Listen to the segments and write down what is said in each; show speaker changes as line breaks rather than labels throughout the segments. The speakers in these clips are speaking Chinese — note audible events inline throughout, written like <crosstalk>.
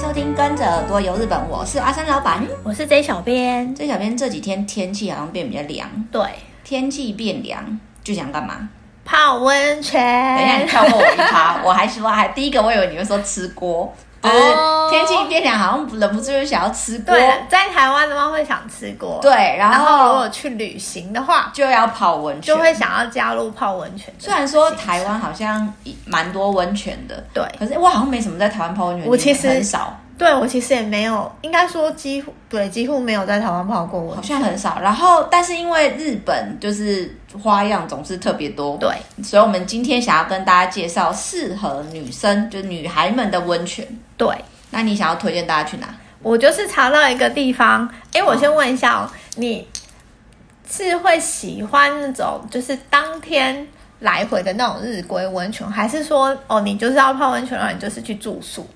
收听《跟着耳朵游日本》，我是阿三老板。
我是 J 小编，
这小编这几天天气好像变比较凉，
对，
天气变凉就想干嘛？
泡温泉。
等一下你跳过我一趴，我还说还第一个我以为你会说吃锅，不是、
哦
天气变凉好像忍不住就想要吃锅，
对，在台湾的话会想吃锅，
对，，然
然后如果
后
去旅行的话，
就要泡温泉
就。会想要加入泡温泉的行程。
虽然说台湾好像蛮多温泉的，
对
可是我好像没什么在台湾泡温泉，
我其实
很少。
对我其实也没有，应该说几乎对几乎没有在台湾泡过
好
温泉。
像很少。然后，但是因为日本就是花样总是特别多，
对，
所以我们今天想要跟大家介绍适合女生，就是女孩们的温泉。
对，
那你想要推荐大家去哪？
我就是查到一个地方，哎，我先问一下哦，你是会喜欢那种就是当天来回的那种日归温泉，还是说哦你就是要泡温泉，然后你就是去住宿？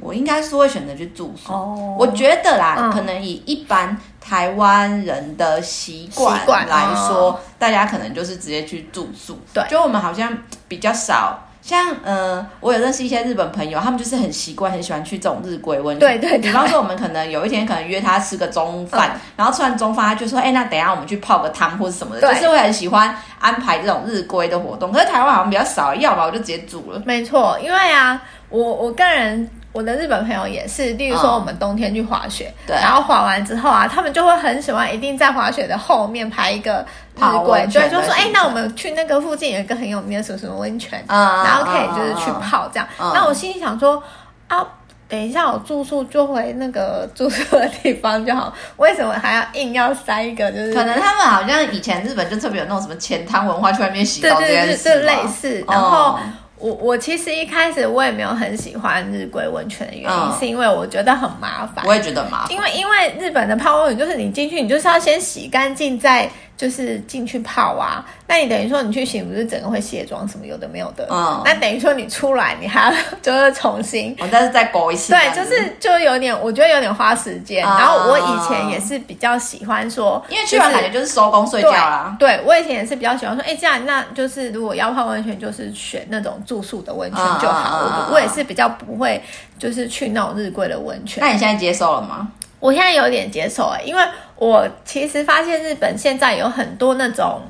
我应该是会选择去住宿。
哦
我觉得啦，
嗯
可能以一般台湾人的习惯
习惯
来说，
哦
大家可能就是直接去住宿。
对
就我们好像比较少。像呃，我有认识一些日本朋友，他们就是很习惯，很喜欢去这种日归温泉。
对对嗯对
比方说，我们可能有一天可能约他吃个中饭，然后吃完中饭，他就说：“哎、那等一下我们去泡个汤或者什么的。”
对
就是会很喜欢安排这种日归的活动。可是台湾好像比较少，要么我就直接煮了。
没错，因为啊，我我个人我的日本朋友也是，例如说
嗯
我们冬天去滑雪，
对
然后滑完之后啊，他们就会很喜欢，一定在滑雪的后面排一个日
泡
归，
温泉
对，
的
就说哎、
行程
那我们去那个附近有一个很有名的什么什么温泉，
嗯
然后可以就是去泡这样。
嗯嗯
那我心里想说啊。等一下，我住宿就回那个住宿的地方就好，为什么还要硬要塞一个？就是
可能他们好像以前日本就特别有那种什么钱汤文化，去外面洗
对
澡这
对
件
对，
事
就
嘛
类似。
哦
然后、我我其实一开始我也没有很喜欢日归温泉的原因，
嗯
是因为我觉得很麻烦。
我也觉得很麻烦。
因为因为日本的泡温泉就是你进去，你就是要先洗干净再就是进去泡啊。那你等于说你去洗，不是整个会卸妆什么有的没有的。
嗯
那等于说你出来，你还要 <laughs> 就是重新
我但是再勾一次这
对
样，子，
就是就有点，我觉得有点花时间。
啊
然后我以前也是比较喜欢说，
因为去完
就是
感觉就是收工睡觉啊啦。
对，对我以前也是比较喜欢说，哎、这样那就是如果要泡温泉，就是选那种住宿的温泉就好。
嗯嗯嗯嗯
我我也是比较不会，就是去那种日贵的温泉。
那你现在接受了吗？
我现在有点接受哎、因为我其实发现日本现在有很多那种，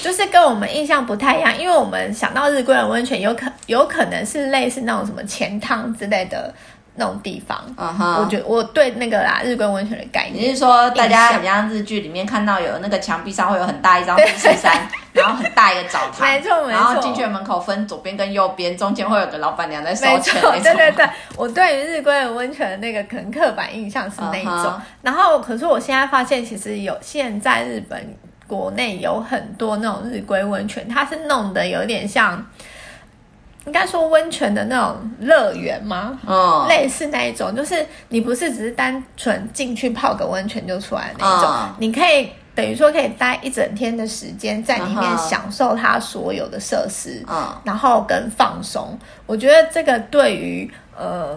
就是跟我们印象不太一样，因为我们想到日贵的温泉，有可有可能是类似那种什么钱汤之类的那种地方。
嗯
我
哼，
觉我对那个啦日贵温泉的概念
你是说大家
印象
很像日剧里面看到有那个墙壁上会有很大一张富士
<laughs>
山，然后很大一个澡堂，
没错没错
然后进去的门口分左边跟右边，中间会有个老板娘在收
没
钱
错
那，种。
对对对，我对于日归的温泉的那个可能刻板印象是那一种。
嗯哼
然后，可是我现在发现，其实有现在日本国内有很多那种日归温泉，它是弄得有点像，应该说温泉的那种乐园吗？
嗯，
类似那一种，就是你不是只是单纯进去泡个温泉就出来的那一种，
嗯
你可以等于说可以待一整天的时间在里
嗯
面
哼
享受它所有的设施，
嗯，
然后跟放松。我觉得这个对于呃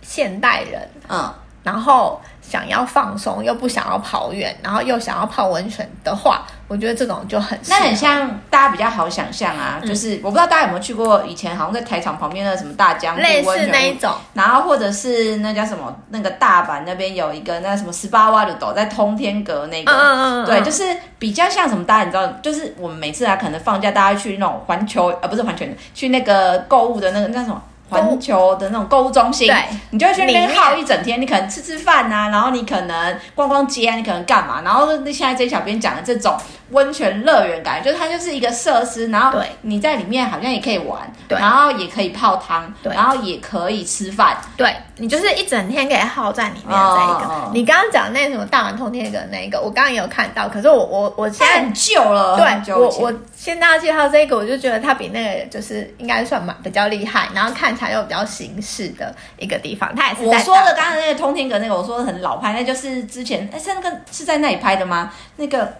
现代人，
嗯，
然后想要放松又不想要跑远，然后又想要泡温泉的话，我觉得这种就很适
那
合
很像大家比较好想象啊，
嗯
就是我不知道大家有没有去过，以前好像在台场旁边的什么大江户
类似
温泉
那
屋
一种，
然后或者是那叫什么，那个大阪那边有一个那什么十八万的斗在通天阁那
嗯
个，
嗯嗯，嗯
对，就是比较像什么，大家你知道，就是我们每次啊，可能放假大家去那种环球，呃，不是环球，去那个购物的那个那什么。
购物
环球的那种购物中心
对，
你就会去那边
里面
耗一整天。你可能吃吃饭呐、然后你可能逛逛街啊，你可能干嘛？然后现在这小编讲的这种温泉乐园，感觉就是它就是一个设施，然后
对
你在里面好像也可以玩，
对
然后也可以泡汤，
对
然后也可以吃饭，
对你就是一整天可以耗在里面的这一个。
哦哦哦
你刚刚讲那什么大阪通天阁那一个，我刚刚也有看到，可是我我我现
它
在
很旧了，很
对
久
我
以前
我现在要介绍这个，我就觉得它比那个就是应该算蛮比较厉害，然后看起来又比较形式的一个地方。它也是
我
在
说
大
的
阪
刚才那个通天阁那个，我说的很老派，那就是之前哎，是那个是在那里拍的吗？那个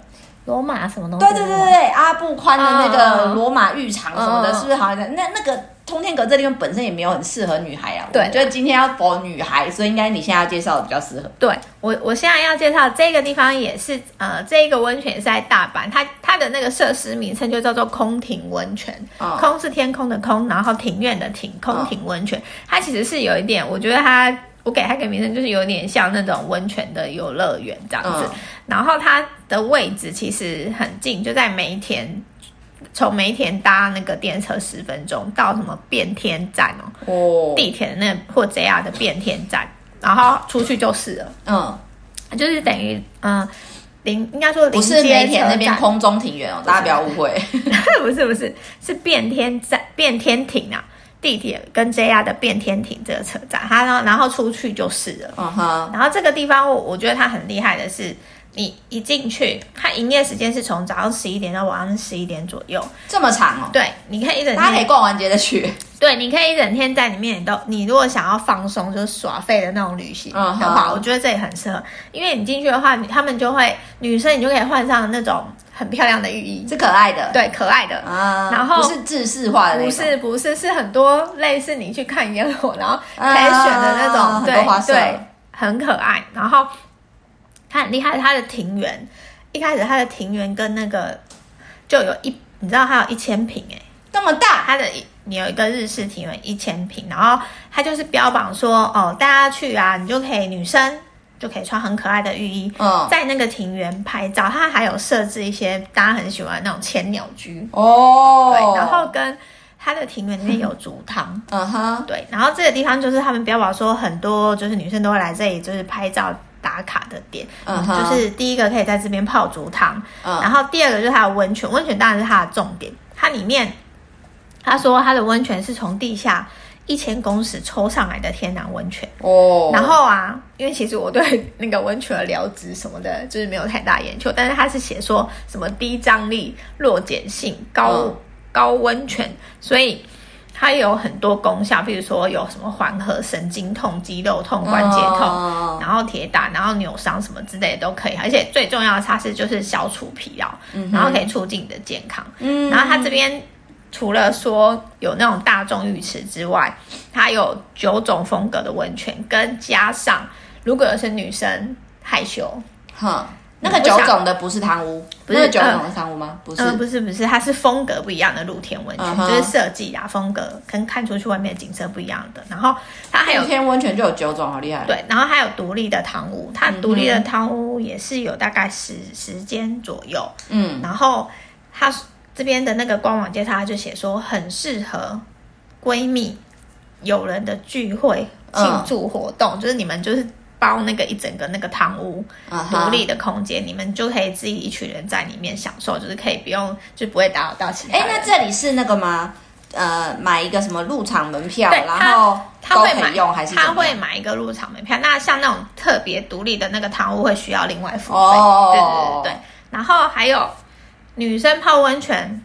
罗马什么东西？
对对对对，对，阿布宽的那
嗯
个
嗯
罗马浴场什么的，
嗯嗯
是不是好像在那那个通天阁这地方本身也没有很适合女孩啊？
对
我觉得今天要播女孩，所以应该你现在要介绍的比较适合。
对我我现在要介绍这个地方也是呃，这个温泉也是在大阪，它它的那个设施名称就叫做空庭温泉，
嗯哦
空是天空的空，然后庭院的庭，空庭温泉，它其实是有一点，我觉得它。我给它一个名称，就是有点像那种温泉的游乐园这样子。
嗯
然后它的位置其实很近，就在梅田，从梅田搭那个电车十分钟到什么变天站哦，
哦，
地铁的那个或 JR 的变天站，然后出去就是了，
嗯，
就是等于嗯。临应该说临
不是
街
梅田
车
那边
站
空中庭园哦，大家不要误会。
<laughs> 不是不是，是变天站变天亭啊，地铁跟 JR 的变天亭这个车站，它呢然后出去就是了。
嗯哼，
然后这个地方我我觉得它很厉害的是，你一进去，它营业时间是从早上十一点到晚上十一点左右。
这么长哦，
对，你可以一整
大家可以
天，
逛完接着去。
对，你可以一整天在里面，你都你如果想要放松，就是耍废的那种旅行的
嗯哼
话，我觉得这里很适合，因为你进去的话，你他们就会女生你就可以换上那种很漂亮的浴
<laughs>
衣，
是可爱的，
对，可爱的，
啊，
然后
不是制式化的那
不
种，
是不是，是很多类似你去看烟火，然后可以选的那种，
啊很多花
对
色
对，很可爱。然后它很厉害，它的庭园一开始它的庭园跟那个就有一，你知道它有一千平哎、
那么大，
它的一你有一个日式庭园一千平，然后它就是标榜说哦，大家去啊，你就可以女生就可以穿很可爱的浴衣。
嗯，
在那个庭园拍照，它还有设置一些大家很喜欢的那种千鸟居，
哦，
对，然后跟它的庭园里面有竹汤，
嗯哼，
对，然后这个地方就是他们标榜说很多就是女生都会来这里就是拍照打卡的点，
嗯哼，
就是第一个可以在这边泡竹汤，然
嗯
后第二个就是它的温泉，温泉当然是它的重点，它里面他说它的温泉是从地下。一千公尺抽上来的天然温泉，
哦，
然后啊，因为其实我对那个温泉的疗质什么的，就是没有太大研究，但是它是写说什么低张力、弱碱性、高、
嗯
高温泉，所以它有很多功效，比如说有什么缓和神经痛、肌肉痛、关节痛，
嗯
然后铁打，然后扭伤什么之类的都可以，而且最重要的它是就是消除疲劳，然后可以促进你的健康。
嗯
然后它这边除了说有那种大众浴池之外，它有九种风格的温泉，跟加上如果有些女生害羞，
哼，那个九种的不是汤屋，
不是呃
那个九种的汤屋吗？不是，
嗯，不是不是，它是风格不一样的露天温泉
嗯哼
就是设计啊风格跟看出去外面的景色不一样的。然后它还有
露天温泉就有九种，好厉害，，
对，然后还有独立的堂屋，它
嗯
独立的堂屋也是有大概十十间左右。
嗯，
然后它这边的那个官网介绍，它就写说很适合闺蜜、友人的聚会、庆
嗯
祝活动，就是你们就是包那个一整个那个堂屋，
嗯
独
哼
立的空间，你们就可以自己一群人在里面享受，就是可以不用就不会打扰到其他
哎
人。，
那这里是那个吗？呃，买一个什么入场门票，
对
然后
他会
都可
买
以用还是怎么
他
样
会买一个入场门票。那像那种特别独立的那个堂屋会需要另外付费，
哦
对对对对。然后还有女生泡温泉，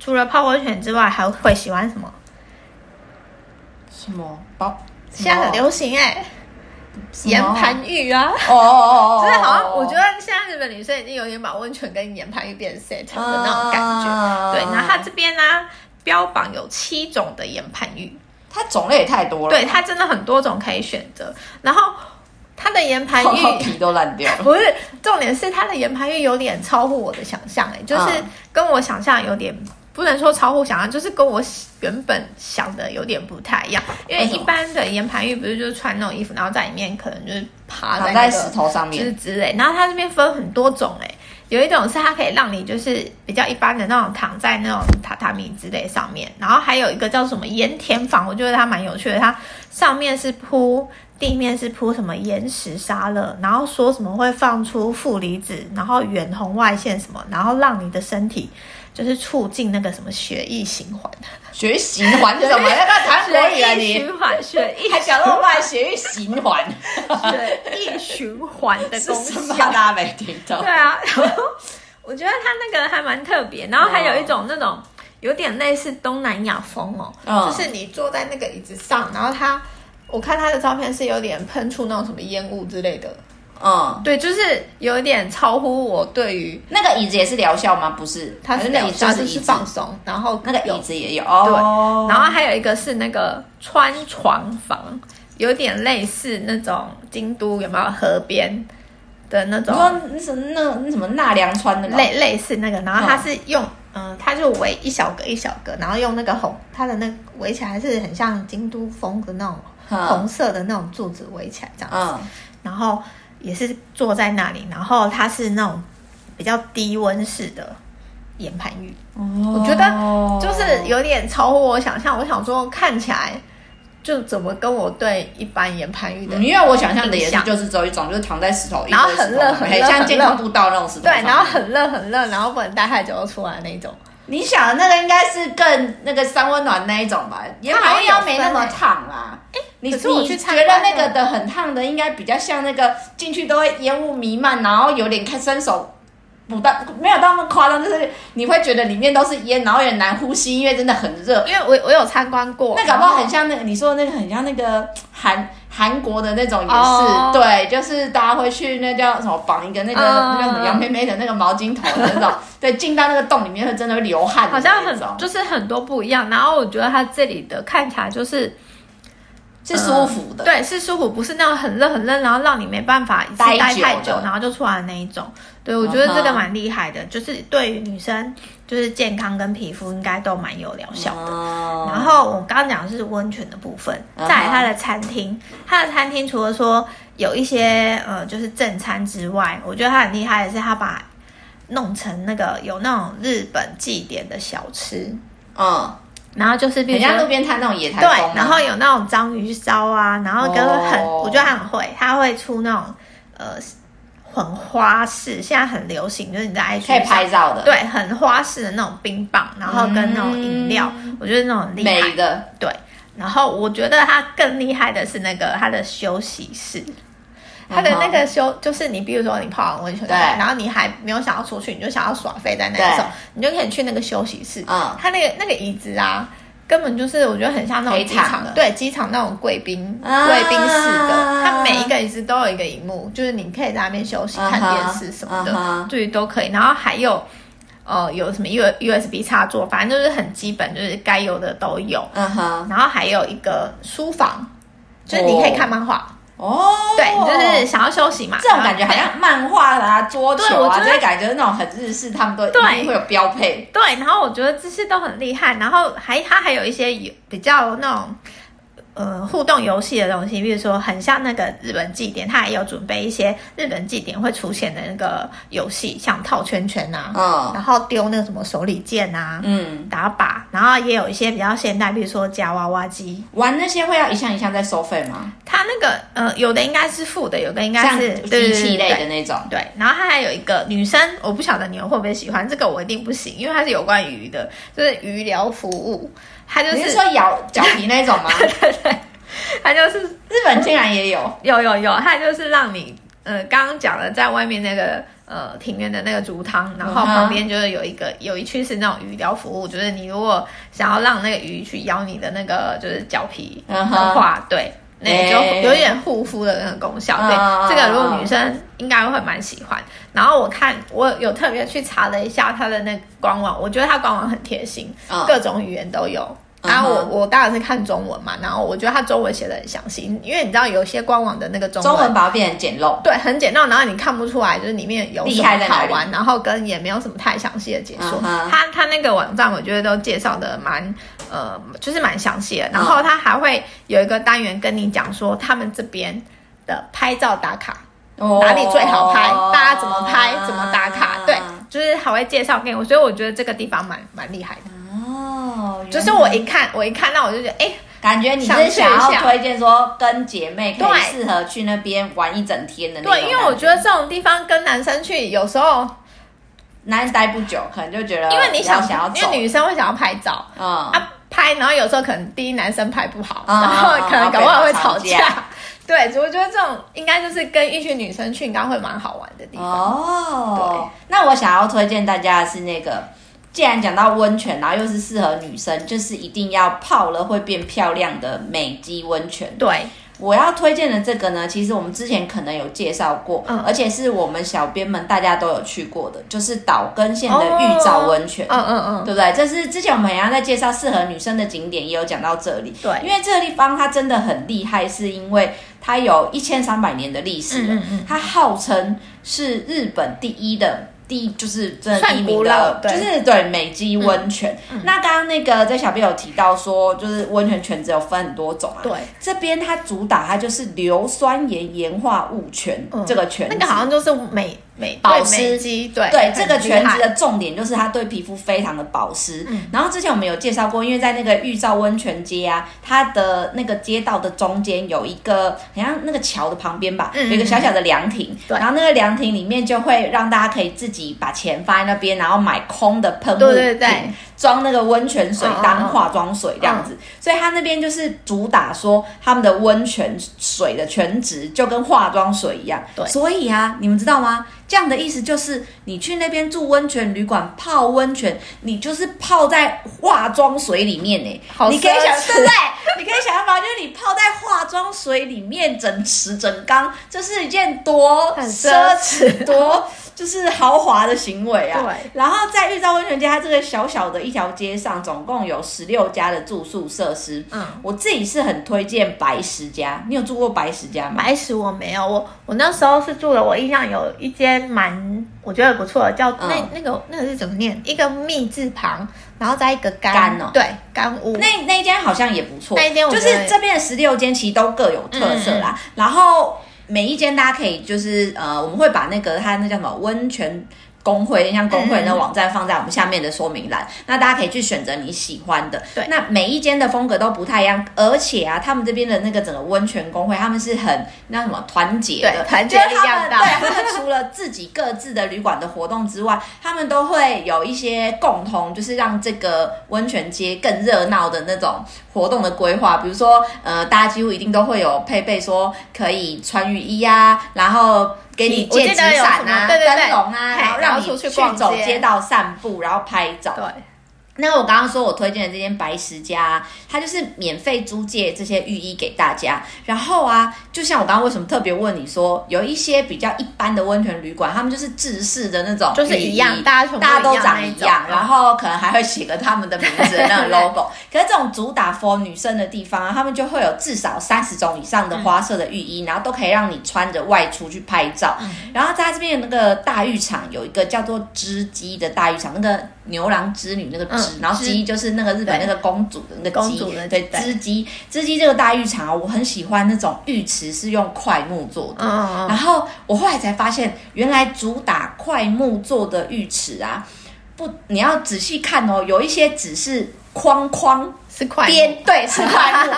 除了泡温泉之外，还会喜欢什么？
什么包？什么
现在很流行哎、
什么
岩盘浴啊。
哦哦哦哦，
就是好像
哦
我觉得现在日本女生已经有点把温泉跟岩盘浴变 set 的那种感觉，
啊
对。然后它这边呢、标榜有七种的岩盘浴，
它种类也太多了，
对，它真的很多种可以选择。然后它的岩
<laughs>
盘
泡
浴
到皮都烂掉了。
不是重点是它的岩盘浴有点超乎我的想象，哎，就是
嗯
跟我想象有点。不能说超乎想象，就是跟我原本想的有点不太一样。因为
为什
一
么
般的岩盘浴不是就是穿那种衣服，然后在里面可能就是趴在、
躺
那
在
个、
石头上
就是
面，
之类。然后它这边分很多种哎、有一种是它可以让你就是比较一般的那种躺在那种榻榻米之类上面，然后还有一个叫什么盐田房，我觉得它蛮有趣的，它上面是铺。地面是铺什么岩石沙勒，然后说什么会放出负离子，然后远红外线什么，然后让你的身体就是促进那个什么血液循环。
血液循环是什么？要不要谈国语啊
血液
你？
循环，血液
还讲那么慢，血液循
<laughs>
环
血液循环的
是
功
什么？
效
大。家没听懂
<laughs> 对？啊，然后我觉得他那个还蛮特别，然后还有一种那种有点类似东南亚风哦，
嗯
就是你坐在那个椅子上，然后他。我看他的照片是有点喷出那种什么烟雾之类的，
嗯，
对，就是有点超乎我对于
那个椅子也是疗效吗？不是，
他
还
是
是那
那
椅
一
子
张
是
就
椅
是
子
放，松，然后
那个
有
椅子也有
对，
哦。
然后还有一个是那个穿床房，有点类似那种京都有没有河边的那种
你说那什么那那什么纳凉川那个
类类似那个，然后它是用、嗯，它就围一小格一小格，然后用那个红，它的那个围起来是很像京都风的那种红
嗯
色的那种柱子围起来这样，
嗯
然后也是坐在那里，然后它是那种比较低温式的岩盘浴，
我
觉
哦
得就是有点超乎我想象。我想说看起来就怎么跟我对一般岩盘浴的
嗯，因为我想象的也
印
是
象
就是只有一种，就是躺在石头，
然后
一堆石头
很热
上面
很热
像
很
健康
热
步道那种石头
对，
上面。
然后很热很热，然后不能待太久就出来那种。
你想的那个应该是更那个三温暖那一种吧，也
它好
好
像
像
有
没那
分
么
欸
烫啦。你
可是我
你
去
觉
参
得
观
那
的
个的很烫的，应该比较像那个进去都会烟雾弥漫，然后有点看伸手不到，没有到那么夸张，就是你会觉得里面都是烟，然后也难呼吸，因为真的很热。
因为我我有参观过，
那搞不好很像那个你说的那个很像那个韩韩国的那种也是，
哦
对，就是大家会去那叫什么绑一个那个、
嗯
那叫什么杨妹妹的那个毛巾头的
<laughs>
那种，对，进到那个洞里面会真的会流汗的
好
那种，
像很就是很多不一样。然后我觉得它这里的看起来就是
是
呃
舒服的，
对，是舒服，不是那种很热很热，然后让你没办法一次
待
待
久
太
的
久，然后就出来那一种。对，我觉得这个
嗯哼
蛮厉害的，就是对于女生就是健康跟皮肤应该都蛮有疗效。
哦
然后我刚刚讲的是温泉的部分，
嗯哼
再来它的餐厅，它的餐厅除了说有一些呃就是正餐之外，我觉得它很厉害的是它把弄成那个有那种日本祭典的小吃，
嗯，
然后就是比
很
如
像路
说
边摊那种野台
对
风嘛，，
然后有那种章鱼烧啊，然后跟很、
哦
我觉得它很会，它会出那种呃很花式，现在很流行，就是你在 IG
可以
上
拍照的，
对很花式的那种冰棒，然后跟那种饮料，我觉得那种很厉害。
嗯美的
对，然后我觉得它更厉害的是那个它的休息室，
嗯
它的那个休就是你，比如说你泡完温泉，
对
然后你还没有想要出去，你就想要耍废在那的时
对，
候你就可以去那个休息室。
嗯
它那个那个椅子啊，根本就是我觉得很像那
陪
种机
躺
场
的
对机场那种贵宾
啊
贵宾室的，它每一个椅子都有一个荧幕，就是你可以在那边休息、
嗯哼
看电视什么
嗯哼
的，对，都可以。然后还有。呃，有什么 U USB 插座，反正就是很基本，就是该有的都有。
嗯哼，
然后还有一个书房，就是你可以看漫画，
哦，
对，你就是想要休息嘛。
这种感觉，好
然后
像漫画啦、桌
对
球
我
啊，
觉
这
得
些感觉是那种很日式，他们都一
对
定会有标配，
对，然后我觉得这些都很厉害，然后还它还有一些有比较那种。呃，互动游戏的东西，比如说很像那个日本祭典，它也有准备一些日本祭典会出现的那个游戏，像套圈圈啊，
嗯
然后丢那个什么手里剑啊，
嗯。
打靶，然后也有一些比较现代，比如说夹娃娃机，
玩那些会要一项一项再收费吗？
它那个呃，有的应该是负的，有的应该
像
啊是
机器类。
对对对
的那种，
对，然后它还有一个女生，我不晓得你们会不会喜欢这个，我一定不行，因为它是有关鱼的，就是鱼疗服务，它就
你是
是
说咬脚皮那种
<laughs>
吗？
它就是
日本竟然也有，
有有有，它就是让你呃刚刚讲的在外面那个呃庭院的那个竹汤，然后
嗯哼
旁边就是有一个有一区是那种鱼疗服务，就是你如果想要让那个鱼去咬你的那个就是脚皮
嗯
的
哼
话，对。那你就
哎
有点护肤的那个功效，对、
嗯嗯
这个，
嗯
如果
嗯
女生应该会蛮喜欢。然后我看我有特别去查了一下它的那个官网，我觉得它官网很贴心，
嗯
各种语言都有。
嗯
然后我
哼
我当然是看中文嘛，然后我觉得它中文写的很详细，因为你知道有些官网的那个中文
中文把它变成简陋，
对很简单，然后你看不出来就是里面有
厉
什
害在
么
哪
好
里
玩，然后跟也没有什么太详细的解说。
嗯哼
它它那个网站我觉得都介绍的蛮呃就是蛮详细的，然
嗯
后它还会有一个单元跟你讲说他们这边的拍照打卡。
哦嗯
哪里最好拍，大家怎么拍，怎么打卡，对，就是还会介绍给我，所以我觉得这个地方蛮蛮厉害的。
嗯哦，原来
就是我一看，我一看到我就觉得，哎、
感觉你
想
是
去
想
一
要
下
推荐说跟姐妹可以
对
适合去那边玩一整天的那种
对，
感，
因为我觉得这种地方跟男生去，有时候
男待不久，可能就觉得
因为你
想呃想
想，
要
因
走
为，女生会想要拍照
嗯
啊，拍，然后有时候可能第一男生拍不好，
嗯
然后可能搞不好
然后被
会吵
他吵
架。 <laughs> 对，所以我觉得这种应该就是跟一群女生去，应该会蛮好玩的地方。
哦，那我想要推荐大家的是那个，既然讲到温泉，然后又是适合女生，就是一定要泡了会变漂亮的美肌温泉。
对，
我要推荐的这个呢，其实我们之前可能有介绍过，
嗯
而且是我们小编们大家都有去过的，就是岛根县的玉造温泉。
嗯嗯嗯，
对不对？这是之前我们好像在介绍适合女生的景点，也有讲到这里。
对
因为这个地方它真的很厉害，是因为它有一千三百年的历史了，
嗯嗯嗯
它号称是日本第一的第一就是真的
算
第一名
古老
的，就
对嗯
是对美肌温泉。那刚刚那个在小编有提到说，就是温泉泉只有分很多种啊。
对，
这边它主打它就是硫酸盐盐化物泉、
嗯
这个泉
那
质，
个好像就是美美
保
对美
湿
肌，对
对
很
这个
厉
全
害嗯
职的重点就是它对皮肤非常的保湿。然后之前我们有介绍过，因为在那个玉造温泉街啊，它的那个街道的中间有一个，好像那个桥的旁边吧，
嗯
有一个小小的凉亭。
对
然后那个凉亭里面就会让大家可以自己把钱放在那边，然后买空的喷雾
对对对
瓶装那个温泉水
嗯嗯
当
嗯
化妆水这样子。所以它那边就是主打说他们的温泉水的全值就跟化妆水一样。
对
所以啊，你们知道吗？这样的意思就是，你去那边住温泉旅馆泡温泉，你就是泡在化妆水里面呢、
好
你可以
奢
想，
侈
对不对？你可以想象吧，就是你泡在化妆水里面，整池整缸，这是一件多
很
奢
奢
侈、多就是豪华的行为啊。
对
然后在玉造温泉街，它这个小小的一条街上，总共有十六家的住宿设施。
嗯，
我自己是很推荐白石家。你有住过白石家吗？
白石我没有，我我那时候是住了，我印象有一间蛮我觉得不错的，叫、
嗯
那那个那个是怎么念？一个密字旁，然后再一个干，
干哦
对，干屋。
那那一间好像也不错，
那一间我
就
觉
是
得嗯
这边的十六间其实都各有特色啦。然后每一间大家可以就是呃，我们会把那个它那叫什么温泉。工会像工会那网站放在我们下面的说明栏，那大家可以去选择你喜欢的。
对
那每一间的风格都不太一样，而且啊，他们这边的那个整个温泉工会，他们是很那什么团结的，
对团结
就是他
力量
们
大
对他们除了自己各自的旅馆的活动之外， <laughs> 他们都会有一些共同，就是让这个温泉街更热闹的那种活动的规划。比如说，呃，大家几乎一定都会有配备，说可以穿雨衣啊，然后给你
我记
借
得
纸伞
有什么
啊、
对对对
灯笼啊，
嘿
然后让
然
你
后出去
去
逛街
走街道散步，然后拍照。
对，
那我刚刚说我推荐的这间白石家、啊，它就是免费租借这些浴衣给大家。然后啊，就像我刚刚为什么特别问你说，有一些比较一般的温泉旅馆，他们就是制式的那种
就是
哦浴衣
一样大家全部
大家都
一样
长
那一
一
种
样，
嗯
然后可能还会写个他们的名字的那种
<laughs>
logo。可是这种主打 for 女生的地方啊，他们就会有至少三十种以上的花色的浴衣，然后都可以让你穿着外出去拍照。
嗯
然后在它这边有那个大浴场有一个叫做织姬的大浴场，那个牛郎织女那个织，
嗯
然后
织
姬就是那个日本那
对
个公主的那个
公
姬
主的，
对，
对
织姬，织姬这个大浴场啊，我很喜欢那种浴池是用块木做的，
嗯嗯嗯，
然后我后来才发现，原来主打块木做的浴池啊，不，你要仔细看哦，有一些只是框框
是快乐
边，对，是块木。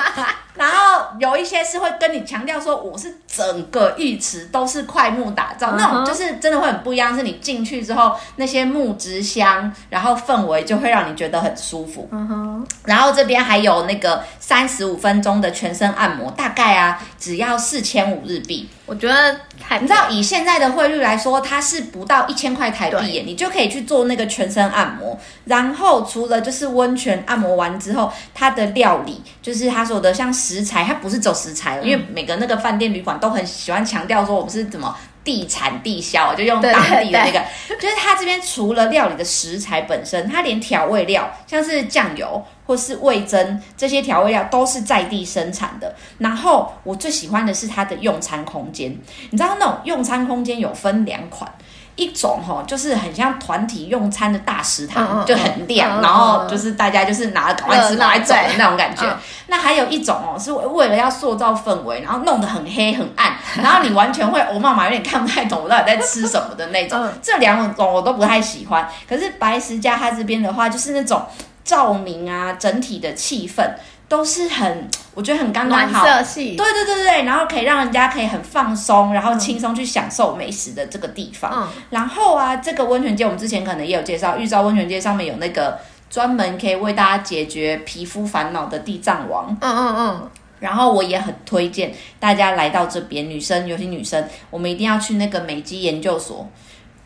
<laughs>
然后有一些是会跟你强调说，我是整个浴池都是块木打造，
嗯哼
那种就是真的会很不一样。是你进去之后，那些木质香，然后氛围就会让你觉得很舒服。
嗯哼，
然后这边还有那个三十五分钟的全身按摩，大概啊只要四千五日币。
我觉得太
你知道以现在的汇率来说，它是不到一千块台币耶，你就可以去做那个全身按摩。然后除了就是温泉按摩完之后，它的料理就是它所有的像食材，它不是走食材，哦
嗯
因为每个那个饭店旅馆都很喜欢强调说我们是怎么。地产地销啊就用
对
当地的那
对
个，就是它这边除了料理的食材本身，它连调味料，像是酱油或是味增这些调味料都是在地生产的。然后我最喜欢的是它的用餐空间，你知道那种用餐空间有分两款，一种哈、就是很像团体用餐的大食堂，
嗯嗯
就很亮，
嗯嗯嗯
然后就是大家就是拿赶快吃
热闹
赶快走的
嗯对
那种感觉。
嗯
那还有一种哦，是为了要塑造氛围，然后弄得很黑很
<laughs>
暗，然后你完全会我妈妈有点看不太懂我到底在吃什么的那种。
嗯
这两种我都不太喜欢，可是白石家它这边的话，就是那种照明啊，整体的气氛都是很，我觉得很刚刚
暖
好。
色系，
对对对对对，然后可以让人家可以很放松，然后轻松去享受美食的这个地方。
嗯，
然后啊，这个温泉街我们之前可能也有介绍，玉造温泉街上面有那个专门可以为大家解决皮肤烦恼的地藏王。
嗯嗯嗯，
然后我也很推荐大家来到这边，女生尤其女生，我们一定要去那个美肌研究所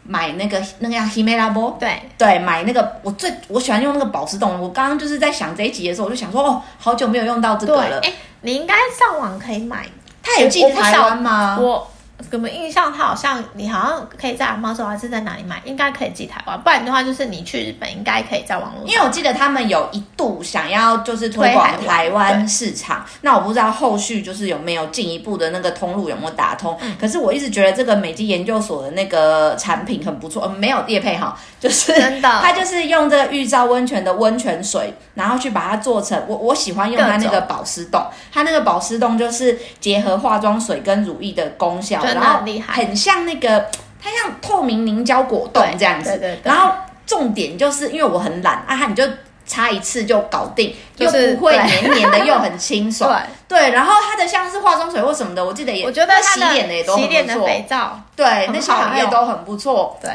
买那个那个叫 Himela 波，
对，
对，买那个我最我喜欢用那个保湿冻。我刚刚就是在想这一集的时候，我就想说，哦，好久没有用到这个
对，
了。
哎，你应该上网可以买，
它有寄
我不晓
台湾吗？
我我们印象它好像你好像可以在阿猫手还是在哪里买，应该可以寄台湾，不然的话就是你去日本应该可以在网络
因为我记得他们有一度想要就是推广台
推台湾
湾市场，那我不知道后续就是有没有进一步的那个通路有没有打通。
嗯
可是我一直觉得这个美肌研究所的那个产品很不错，呃、没有叶配哈，就是
真的
它就是用这个玉造温泉的温泉水，然后去把它做成我我喜欢用它那
各
个保湿冻，它那个保湿冻就是结合化妆水跟乳液的功效，
真的
然后
很厉害
很像那个它像透明凝胶果冻
对
这样子，
对对对
然后重点就是因为我很懒啊，你就擦一次就搞定，
就是
又不会
对
黏黏的，又很清
对 <laughs>
爽。，对，然后它的像是化妆水或什么的，我记得也，
我觉得它
洗脸的也都
洗
很
脸
不
的
错，
肥皂，
对，
很
那小
好
行业
用
都很不错。
对，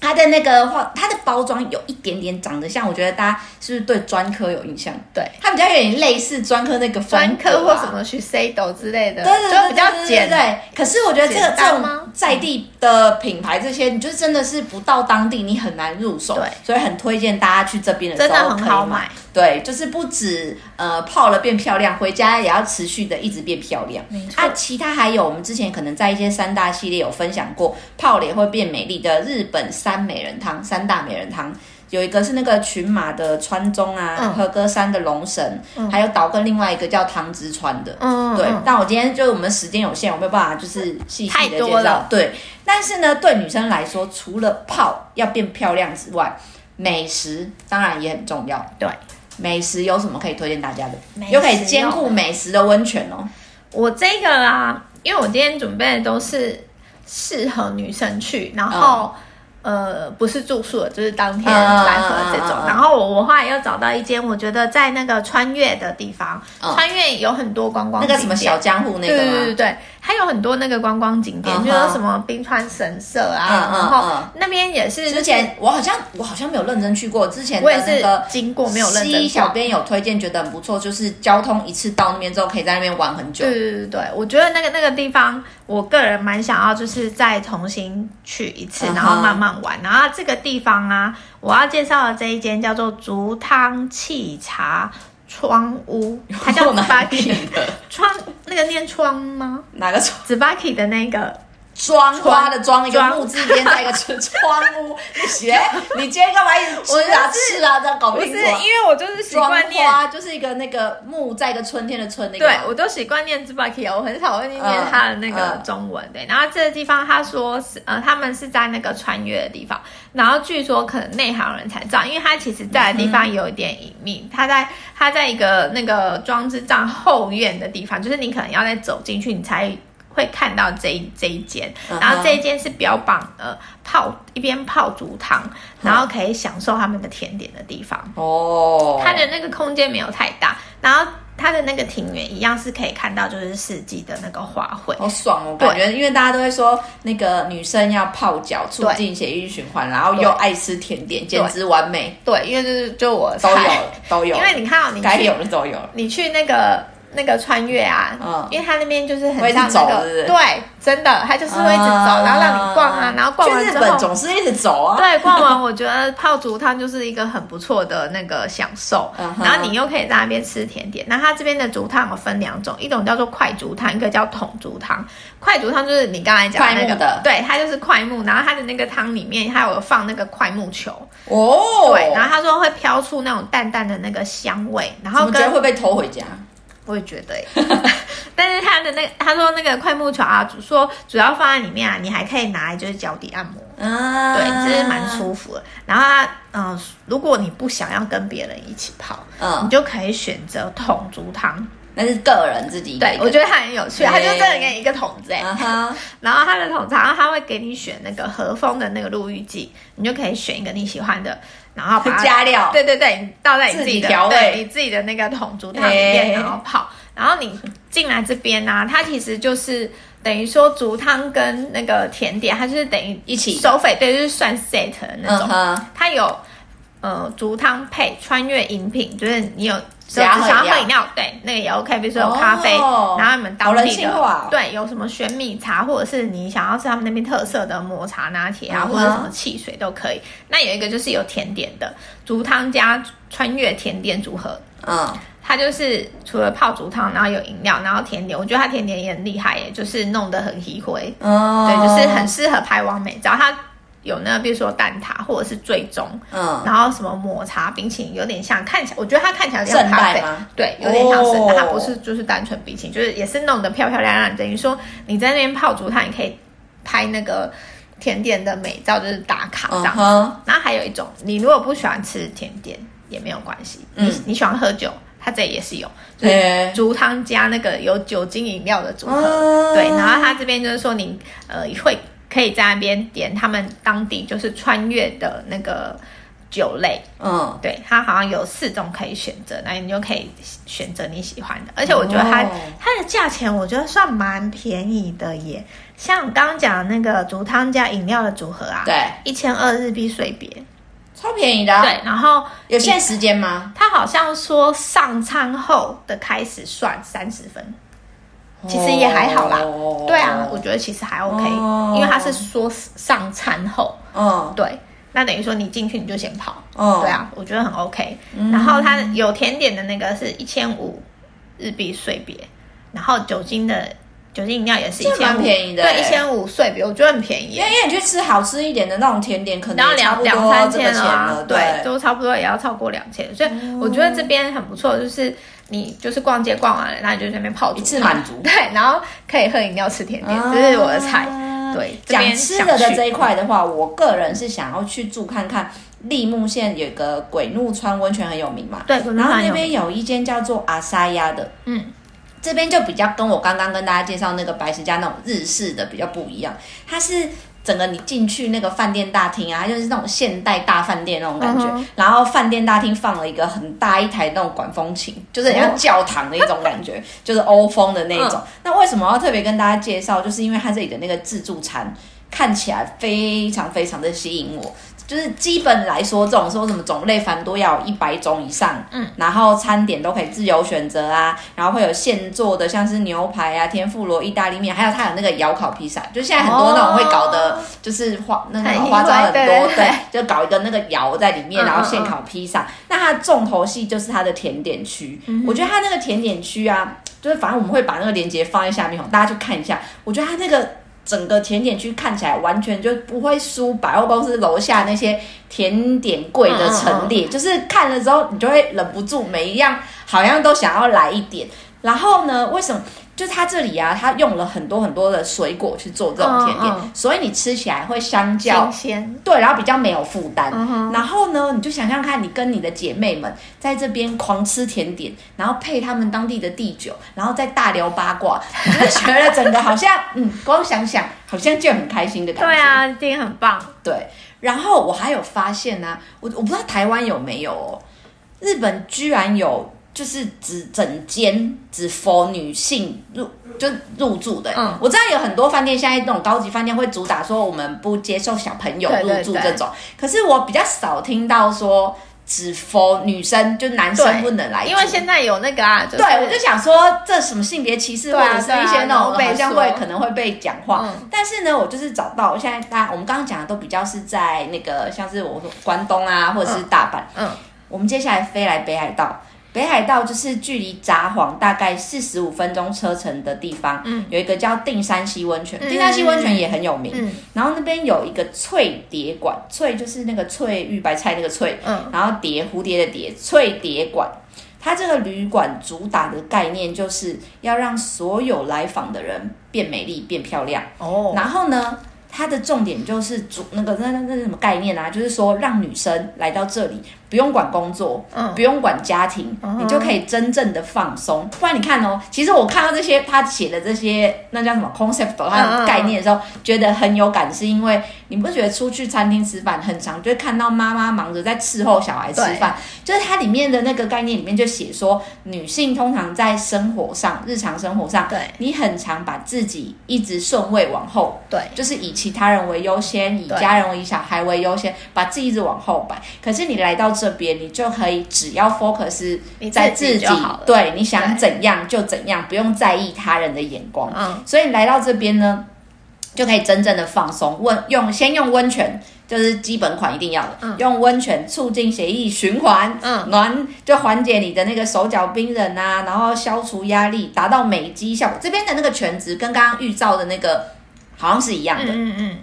它的那个化，它的包装有一点点长得像，我觉得大家是不是对专科有印象？
对，
它比较有点类似专科那个风
专
格
科或
啊
什么 Shiseido 之类的，
对对对，
就比较
对
简
对对。可是我觉得这个
简
这
单
种
吗
在地的品牌，这些你就是真的是不到当地你很难入手，
对
所以很推荐大家去这边的
真
时
的
候
很
可以
好
买
买。
对，就是不止呃泡了变漂亮，回家也要持续的一直变漂亮。
没错
啊，其他还有我们之前可能在一些三大系列有分享过，泡了也会变美丽的日本三美人汤，三大美人汤。有一个是那个群马的川中啊，
嗯
和歌山的龙神，还有岛根另外一个叫汤之川的，
嗯，
对，
嗯
但我今天就我们时间有限，我没有办法就是细细
太
的
多
介绍
了。
对，但是呢，对女生来说，除了泡要变漂亮之外，美食当然也很重要。
对，
美食有什么可以推荐大家的？
美食
又可以兼顾美食的温泉哦。
我这个啊，因为我今天准备的都是适合女生去，然后、呃不是住宿的，就是当天来回这种。
嗯嗯嗯嗯嗯
然后我我后来又找到一间，我觉得在那个穿越的地方，
嗯
穿越有很多观光
那个
景点
什么小江户那
对
个
对
吗？
对对，它有很多那个观光景点，
嗯哼
就是什么冰川神社啊，
嗯嗯
然后
嗯
那边也是
之前我好像我好像没有认真去过，之前
我
的
也
那
是
个。
经过没有认真
西
逛
小编有推荐，觉得很不错，就是交通一次到那边之后，可以在那边玩很久。
对对对对，我觉得那个那个地方，我个人蛮想要，就是再重新去一次，
嗯哼
然后慢慢玩。然后这个地方啊，我要介绍的这一间叫做竹汤沏茶窗 <laughs> 屋，它叫
我们还
Zbaki
念的
窗，那个念窗吗
哪个窗？
？Zbaki 的那个
妆花的妆，一个
妆
木字边在一个窗窗屋。你学，你今天干嘛一直吃啊吃啊？这样搞不
不是，
清
因
楚啊。
为我就是习
妆
惯念，
花就是一个那个木，在一个春天的春那个
对
嘛。
我都习惯念 Zbaki，啊我很少会念它的那个
嗯
中文对。然后这个地方他说是呃，他们是在那个穿越的地方，然后据说可能内行人才知道，因为它其实在的地方有一点隐秘，它在它在一个那个装置站后院的地方，就是你可能要再走进去，你才。会看到这一这一间，
嗯哼
然后这一间是标榜呃泡一边泡竹汤，然后可以享受他们的甜点的地方。
哦，
它的那个空间没有太大，然后它的那个庭园一样是可以看到就是四季的那个花卉。
好爽哦！
对
感觉因为大家都会说那个女生要泡脚，促
对
进血液循环，然后又爱吃甜点，简直完美，
对，因为就是就我
都有
菜，
都有 <laughs>
因，为你看哦，你
该
去
有的都有了。
你去那个那个穿越啊，
嗯
因为它那边就是很
会一直
像
走
那
是不
个
是
对，真的，它就是会一直走，然后让你逛啊，然后逛完
去日
之
本
后。
总是一直走啊。
<laughs> 对，逛完我觉得泡竹汤就是一个很不错的那个享受
嗯哼
然后你又可以在那边吃甜点。那它这边的竹汤有分两种，一种叫做快竹汤，一个叫桶竹汤。快竹汤就是你刚才讲那
快木
个，
的
对，它就是快木，然后它的那个汤里面它有放那个快木球，
哦，
对，然后他说会飘出那种淡淡的那个香味，然
怎
后
么觉得
跟
会被偷回家？
我也觉得 <laughs> 耶，但是他的那个他说那个快木球啊，主说主要放在里面啊，你还可以拿来就是脚底按摩。
啊，
对，这是蛮舒服的。然后它，嗯、如果你不想要跟别人一起泡，
嗯
你，就可以选择桶竹汤。
那是个人自己一个
对，我觉得它很有趣，它就真的给你一个桶子哎、
啊
<laughs>
哈，
然后它的桶汤，它会给你选那个和风的那个沐浴剂，你就可以选一个你喜欢的，然后把它
加料
对对对，你倒在你
自
自
己
己的
调味
对你自己的那个桶竹汤里
哎
面，然后泡。然后你进来这边呢、它其实就是等于说竹汤跟那个甜点，它就是等于
一起
收费，对，就是算 set 的那
嗯
种。
哼，
它有呃竹汤配穿越饮品，就是你有
只要喝饮料
只想要喝饮料，对，那个也 OK。比如说有咖啡，
哦
然后你们当
好人
地
性
的、
化哦
对有什么玄米茶，或者是你想要吃他们那边特色的抹茶拿铁啊，
嗯哼
或者什么汽水都可以。那有一个就是有甜点的竹汤加穿越甜点组合，
嗯，
它就是除了泡竹汤，然后有饮料，然后甜点，我觉得它甜点也很厉害耶，就是弄得很稀灰，
哦，
对，就是很适合拍完美照。它有那个，比如说蛋挞或者是最终，
嗯，
然后什么抹茶冰淇淋，有点像看起来，我觉得它看起来有
圣
点像咖
代
啡，
吗？
对，有点像圣代，
哦
它不是就是单纯冰淇淋，就是也是弄得漂漂亮亮。等于说你在那边泡竹炭，你可以拍那个甜点的美照，就是打卡这
嗯
样。
哼，
然后还有一种，你如果不喜欢吃甜点也没有关系，你
嗯
你喜欢喝酒，它这里也是有，就是
对，
竹汤加那个有酒精饮料的组合。
哦
对，然后它这边就是说你呃会可以在那边点他们当地就是穿越的那个酒类，
嗯，
对，它好像有四种可以选择，那你就可以选择你喜欢的。而且我觉得它、
哦
它的价钱，我觉得算蛮便宜的耶。像我刚刚讲的那个竹汤加饮料的组合啊，
对，
一千二日币随别。
超便宜的啊，
对，然后
有限时间吗？
它好像说上餐后的开始算三十分，其实也还好啦。
哦
对啊，我觉得其实还 OK，、
哦
因为它是说上餐后，
嗯
对，那等于说你进去你就先泡，
嗯，
对，啊，我觉得很 OK。然后它有甜点的那个是一千五日币税别，然后酒精的酒精饮料也是一
这
千
蛮
五，
便宜的
对，
欸
一千五税别，我觉得很便宜
因。为因为你去吃好吃一点的那种甜点，可
然后
能也差
两
不
两
多
三
这个
千
钱
啊
了，，哦
对，都差不多也要超过两千，所以我觉得这边很不错，就是你就是逛街逛完了，那你就在那边泡
一
竹
次
汤
满足
<laughs> 对，然后可以喝饮料吃甜点，
啊
这是我的菜，对，这
讲
边
吃
想
的的
去
这一块的话，我个人是想要去住看看。立木县有个鬼怒川温泉很有名嘛，
对，
然后那
边
边有一间叫做阿沙亚的，
嗯，
这边就比较跟我刚刚跟大家介绍那个白石家那种日式的比较不一样，它是。整个你进去那个饭店大厅啊，它就是那种现代大饭店那种感觉
嗯哼
然后饭店大厅放了一个很大一台那种管风琴，就是很像教堂的一种感觉 <laughs> 就是欧风的那一种。
嗯
那为什么要特别跟大家介绍？就是因为它这里的那个自助餐看起来非常非常的吸引我，就是基本来说，这种说什么种类繁多，要有一百种以上，
嗯，
然后餐点都可以自由选择啊，然后会有现做的，像是牛排啊、天妇罗、意大利面，还有它有那个窑烤披萨，就现在很多那种会搞
哦
的，就是花那个
很意
花招
外
很多，
对对对
就搞一个那个窑在里面，
嗯嗯
然后现烤披萨。那它的重头戏就是它的甜点区，我觉得它那个甜点区啊，就是反正我们会把那个链接放在下面，大家去看一下。我觉得它那个整个甜点区看起来完全就不会输百货公司楼下那些甜点柜的陈
嗯
列，就是看了之后你就会忍不住每一样好像都想要来一点。然后呢，为什么？就是它这里啊，它用了很多很多的水果去做这种甜点，
嗯
所以你吃起来会相较
新鲜，
对，然后比较没有负担。
嗯哼
然后呢，你就想象看，你跟你的姐妹们在这边狂吃甜点，然后配他们当地的地酒，然后再大聊八卦，你就觉得整个好像，嗯，光想想好像就很开心的感觉。
对，啊，一定很棒。
对。然后我还有发现呢、我我不知道台湾有没有哦，日本居然有。就是只整间只否女性入就入住的、
嗯
我知道有很多饭店现在那种高级饭店会主打说我们不接受小朋友入
对对
住
对
这种，可是我比较少听到说只否女生就男生
对
不能来住，
因为现在有那个啊，就是
对，我就想说这什么性别歧视，
对
或者
啊
是一些那种
对啊
好像
然后
会
被说
可能会被讲话
嗯。
但是呢，我就是找到现在大家我们刚刚讲的都比较是在那个像是我说关东啊，或者是大阪。
嗯，
我们接下来飞来北海道。北海道就是距离札幌大概四十五分钟车程的地方，
嗯
有一个叫定山溪温泉，
嗯
定山溪温泉也很有名。
嗯
然后那边有一个翠蝶馆，翠就是那个翠玉白菜那个翠，
嗯
然后蝶蝴蝶的蝶，翠蝶馆。它这个旅馆主打的概念就是要让所有来访的人变美丽、变漂亮。
哦，
然后呢，它的重点就是主那个那那那是什么概念啊？就是说让女生来到这里，不用管工作，
嗯
不用管家庭，你就可以真正的放松。不然你看哦，其实我看到这些他写的这些那叫什么 concept，它的概念的时候，觉得很有感，是因为你不觉得出去餐厅吃饭很常就会看到妈妈忙着在伺候小孩吃饭，就是它里面的那个概念里面就写说，女性通常在生活上、日常生活上，
对
你很常把自己一直顺位往后
对，
就是以其他人为优先，以
对
家人为以小孩为优先，把自己一直往后摆。可是你来到这边，你就可以只要 focus
你
在
自
己
己就好，了
对，你想
对
怎样就怎样，不用在意他人的眼光。
嗯
所以你来到这边呢，就可以真正的放松，温用先用温泉。就是基本款一定要的，用温泉促进血液循环，
嗯
暖就缓解你的那个手脚冰冷啊，然后消除压力，达到美肌效果。这边的那个全职跟刚刚预兆的那个好像是一样的，
嗯嗯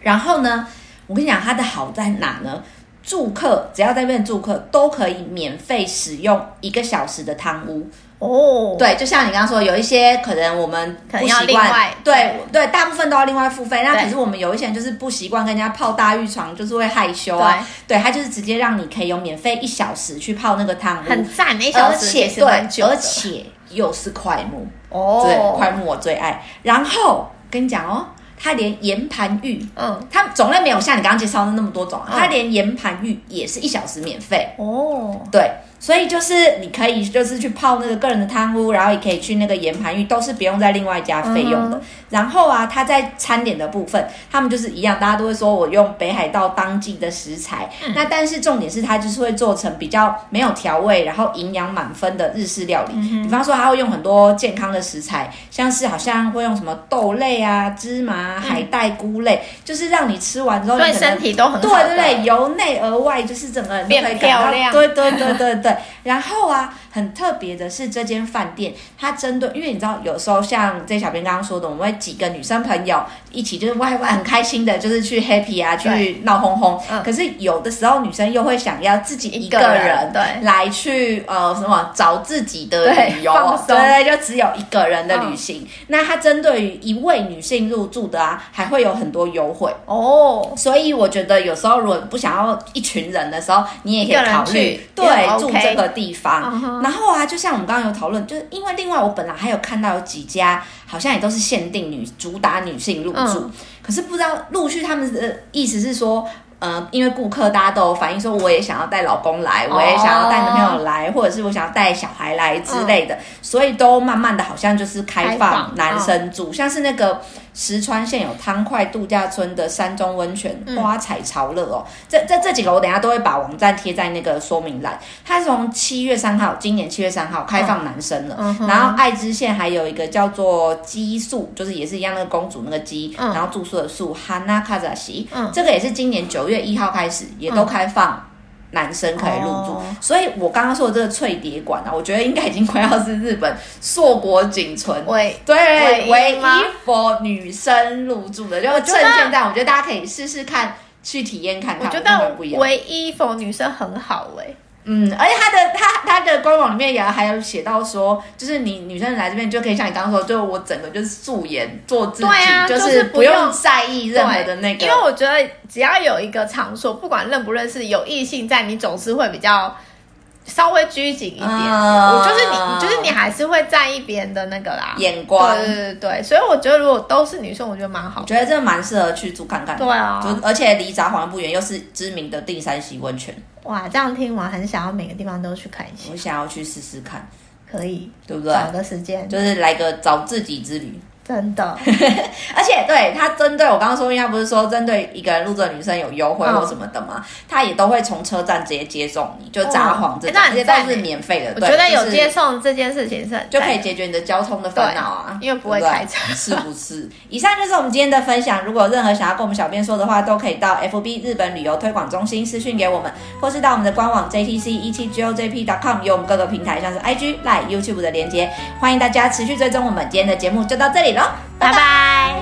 然后呢，我跟你讲它的好在哪呢？住客只要在那边住客都可以免费使用一个小时的汤屋，
嗯，哦，
对，就像你刚刚说，有一些可能我们
可
不
能要
习
另
惯
外，
对对，大部分都要另外付费。那
对
可是我们有一些人就是不习惯跟人家泡大浴床，就是会害羞啊。对，他就是直接让你可以有免费一小时去泡那个汤屋，
很赞，一小
而
时其
且
实
呃对，
蛮久的
而且又是快木，对，快
哦，
木我最爱。然后跟你讲哦，它连岩盘浴。
嗯，
它种类没有像你刚刚介绍的那么多种啊，
嗯
它连岩盘浴也是一小时免费，
哦，
对，所以就是你可以就是去泡那个个人的汤屋，然后也可以去那个岩盘浴，都是不用再另外加费用的。
嗯
然后啊，它在餐点的部分，他们就是一样，大家都会说我用北海道当季的食材，
嗯
那但是重点是它就是会做成比较没有调味，然后营养满分的日式料理。
嗯
比方说，它会用很多健康的食材，像是好像会用什么豆类啊、芝麻啊、海带、菇类，就是让你吃完之后，
嗯对
你可能
身体都很好，
对对对，，由内而外就是整个人都
变
可以感到
漂亮
对对对对对。 <laughs> 然后啊，很特别的是这间饭店，它针对，因为你知道，有时候像这小编刚刚说的，我们会几个女生朋友一起，就是外外很开心的，就是去 happy 啊，
对
去闹哄哄。
嗯
可是有的时候女生又会想要自己一个
一个
人
人对
来去呃什么找自己的
对
旅游，
放松嗯
对对，就只有一个人的旅行。那它针对于一位女性入住的啊，还会有很多优惠。
哦，
所以我觉得有时候如果不想要一群人的时候，你也可以考
一个人
虑
去也
对
OK
住这个地
嗯
方。
哼
然后啊，就像我们刚刚有讨论，就是因为另外我本来还有看到有几家好像也都是限定女主打女性入住
嗯，
可是不知道陆续他们的意思是说。呃，因为顾客大家都有反映说，我也想要带老公来，我也想要带男朋友
哦
来，或者是我想要带小孩来之类的，所以都慢慢的好像就是开
开
放
放
男
嗯
生住，像是那个石川县有汤块度假村的山中温泉、
嗯
花彩潮乐哦，这这这几个我等一下都会把网站贴在那个说明栏。它从七月三号，今年七月三号开放男生了。
嗯
然后爱知县还有一个叫做姬宿，就是也是一样那个公主那个姬，
嗯
然后住宿的宿哈娜卡扎西，
嗯
这个也是今年九月一号开始也都开放男生可以入住。
哦
所以我刚刚说的这个翠蝶馆啊，我觉得应该已经快要是日本硕果仅
<laughs>
存。
喂，
对，唯
唯一
一
吗
for 女生入住的，就
我
趁
觉得
现在，我觉得大家可以试试看，去体验看
我
看，
觉
觉
得
得不一样。
唯一否女生很好哎，
嗯，而且它的它它的官网里面也还有写到说，就是你女生来这边就可以像你刚刚说，就我整个就是素颜做自己，
对啊
就
就是
不
不用
用在意任何的那个，
对因为我觉得只要有一个场所，不管认不认识，有异性在，你总是会比较稍微拘谨一点。
嗯
我就是你，就是你还是会在意别人的那个啦。
眼光。
对对对对，所以我觉得如果都是女生，我觉得蛮好
我
的。
觉得这蛮适合去住看看的，
对啊
就而且离札幌不远，又是知名的定山溪温泉，
哇，这样听完很想要每个地方都去看一下，
我想要去试试看，
可以
对不对？
找个时间，
就是来个找自己之旅。
真的
而且对他针对我刚刚说，因为他不是说针对一个人入住的女生有优惠
嗯
或什么的嘛，他也都会从车站直接接送你，就札幌这
哦
种，
诶那
这些
很
都
赞
是免费的。
我
对
觉得有
就是
接送这件事情是很
就可
赞
以解决你的交通的烦恼啊，
对因为不会
对对
开车
是不是？ <laughs> 以上就是我们今天的分享。如果有任何想要跟我们小编说的话，都可以到 FB 日本旅游推广中心私讯给我们，或是到我们的官网 JTC 一 E 七 GOJP.com 有我们各个平台，像是 IG、Line、YouTube 的连接。欢迎大家持续追踪我们。今天的节目就到这里喽，拜
拜拜。